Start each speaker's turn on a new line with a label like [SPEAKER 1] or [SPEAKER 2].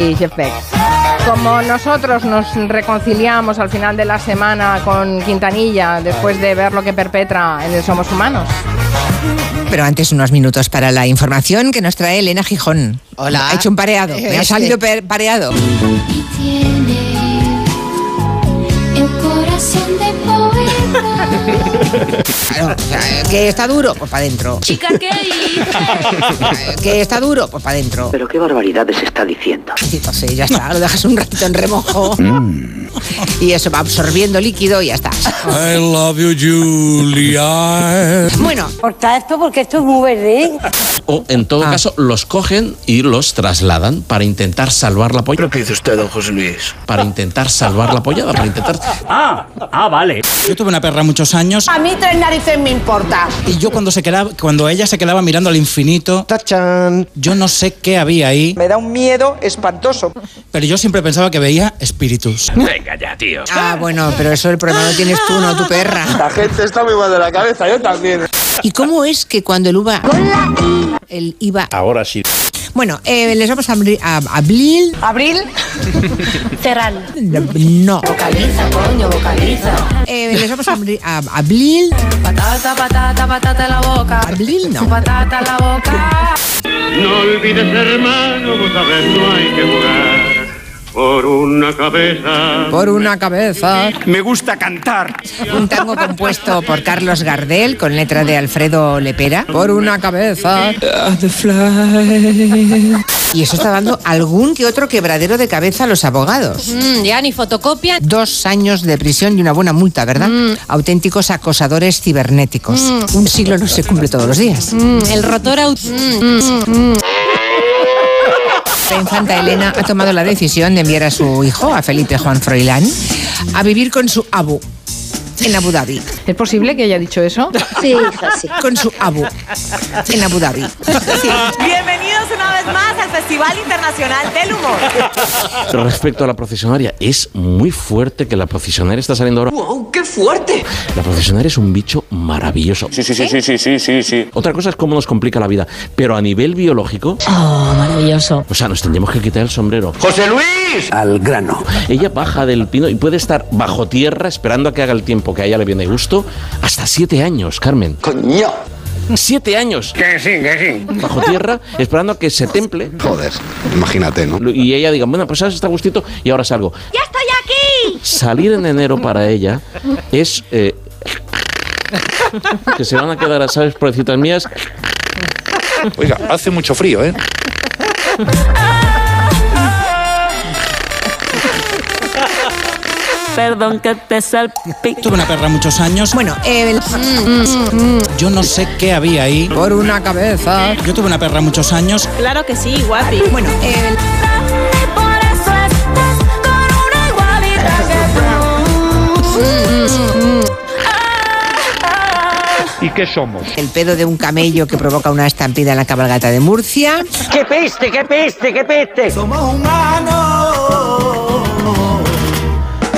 [SPEAKER 1] y Jeff Beck. Como nosotros nos reconciliamos al final de la semana con Quintanilla después de ver lo que perpetra en el Somos Humanos.
[SPEAKER 2] Pero antes unos minutos para la información que nos trae Elena Gijón.
[SPEAKER 3] Hola.
[SPEAKER 2] Ha hecho un pareado. Me ha
[SPEAKER 3] Este.
[SPEAKER 2] salido per- pareado.
[SPEAKER 4] Y tiene el corazón de poeta.
[SPEAKER 2] Claro, o sea, que está duro, pues para adentro.
[SPEAKER 4] Chica que
[SPEAKER 2] Que está duro, pues para adentro.
[SPEAKER 5] Pero qué barbaridades está diciendo.
[SPEAKER 2] Entonces pues, ya está, lo dejas un ratito en remojo. Y eso va absorbiendo líquido y ya está.
[SPEAKER 6] I love you, Julia.
[SPEAKER 2] Bueno,
[SPEAKER 7] Corta esto porque esto es ¿eh? muy verde.
[SPEAKER 8] O en todo
[SPEAKER 2] Ah.
[SPEAKER 8] caso, los cogen y los trasladan para intentar salvar la polla.
[SPEAKER 9] ¿Pero qué dice usted, don José Luis?
[SPEAKER 8] Para intentar salvar la pollada, para intentar.
[SPEAKER 10] Ah, ah, vale.
[SPEAKER 11] Yo tuve una perra muchos años
[SPEAKER 3] A mí tres narices me importa.
[SPEAKER 11] y yo cuando se quedaba, cuando ella se quedaba mirando al infinito,
[SPEAKER 9] Tachan.
[SPEAKER 11] yo no sé qué había ahí,
[SPEAKER 3] Me da un miedo espantoso.
[SPEAKER 11] pero yo siempre pensaba que veía espíritus.
[SPEAKER 10] Venga ya, tío.
[SPEAKER 2] ah, bueno, pero eso el problema lo tienes tú, no tu perra.
[SPEAKER 9] La gente está muy mal de la cabeza, yo también.
[SPEAKER 2] ¿Y cómo es que cuando el uva. El IVA.
[SPEAKER 10] Ahora sí.
[SPEAKER 2] Bueno, eh, les vamos a abrir. A, abrir-
[SPEAKER 3] ¿Abril?
[SPEAKER 7] Cerral.
[SPEAKER 2] no. Vocaliza, coño, vocaliza. les vamos a abrir. A, abrir.
[SPEAKER 7] Patata, patata, patata en la boca.
[SPEAKER 2] Abrir, no.
[SPEAKER 7] Patata en la boca.
[SPEAKER 10] No olvides, hermano, vos sabés, no hay que jugar por una cabeza.
[SPEAKER 2] Por una cabeza.
[SPEAKER 10] Me gusta cantar.
[SPEAKER 2] Un tango compuesto por Carlos Gardel con letra de Alfredo Lepera. Por una cabeza. Y eso está dando algún que otro quebradero de cabeza a los abogados.
[SPEAKER 7] Mm, ya ni fotocopian.
[SPEAKER 2] Dos años de prisión y una buena multa, ¿verdad?
[SPEAKER 7] Mm.
[SPEAKER 2] Auténticos acosadores cibernéticos. Un siglo no se cumple todos los días.
[SPEAKER 7] Mm, el rotor au- mm, mm, mm.
[SPEAKER 2] La infanta Elena ha tomado la decisión de enviar a su hijo, a Felipe Juan Froilán, a vivir con su abu en Abu Dhabi.
[SPEAKER 1] ¿Es posible que haya dicho eso?
[SPEAKER 4] Sí, hija, sí.
[SPEAKER 2] Con su abu en Abu Dhabi.
[SPEAKER 3] Bienvenidos una vez más al Festival Internacional del Humor.
[SPEAKER 8] Pero respecto a la procesionaria, es muy fuerte que la procesionaria está saliendo ahora.
[SPEAKER 3] ¡Wow, qué fuerte!
[SPEAKER 8] La procesionaria es un bicho maravilloso.
[SPEAKER 10] Sí, sí, sí, sí, sí, sí, sí, sí.
[SPEAKER 8] Otra cosa es cómo nos complica la vida, pero a nivel biológico,
[SPEAKER 7] Oh, maravilloso.
[SPEAKER 8] o sea, nos tendríamos que quitar el sombrero.
[SPEAKER 9] ¡José Luis! Al grano.
[SPEAKER 8] Ella baja del pino y puede estar bajo tierra esperando a que haga el tiempo que a ella le viene de gusto hasta siete años, Carmen.
[SPEAKER 9] Coño.
[SPEAKER 8] Siete años
[SPEAKER 10] Que sí, que sí.
[SPEAKER 8] bajo tierra esperando a que se temple
[SPEAKER 9] Joder, imagínate, ¿no?
[SPEAKER 8] y ella diga, bueno, pues ahora está a gustito y ahora salgo.
[SPEAKER 4] ¡Ya estoy aquí!
[SPEAKER 8] Salir en enero para ella es... eh, que se van a quedar, ¿sabes? Pobrecitas mías.
[SPEAKER 9] Oiga, hace mucho frío, ¿eh?
[SPEAKER 7] Perdón que te salpique.
[SPEAKER 11] Tuve una perra muchos años,
[SPEAKER 2] Bueno, eh, el-
[SPEAKER 11] yo no sé qué había ahí.
[SPEAKER 2] por una cabeza.
[SPEAKER 11] Yo tuve una perra muchos años,
[SPEAKER 7] Claro que sí, guapi. eh.
[SPEAKER 2] Bueno, el-
[SPEAKER 4] Y por eso estás con una igualita que
[SPEAKER 10] ¿Y qué somos?
[SPEAKER 2] el pedo de un camello que provoca una estampida en la cabalgata de Murcia.
[SPEAKER 3] ¡Qué peste, qué peste, qué peste!
[SPEAKER 9] Somos humanos.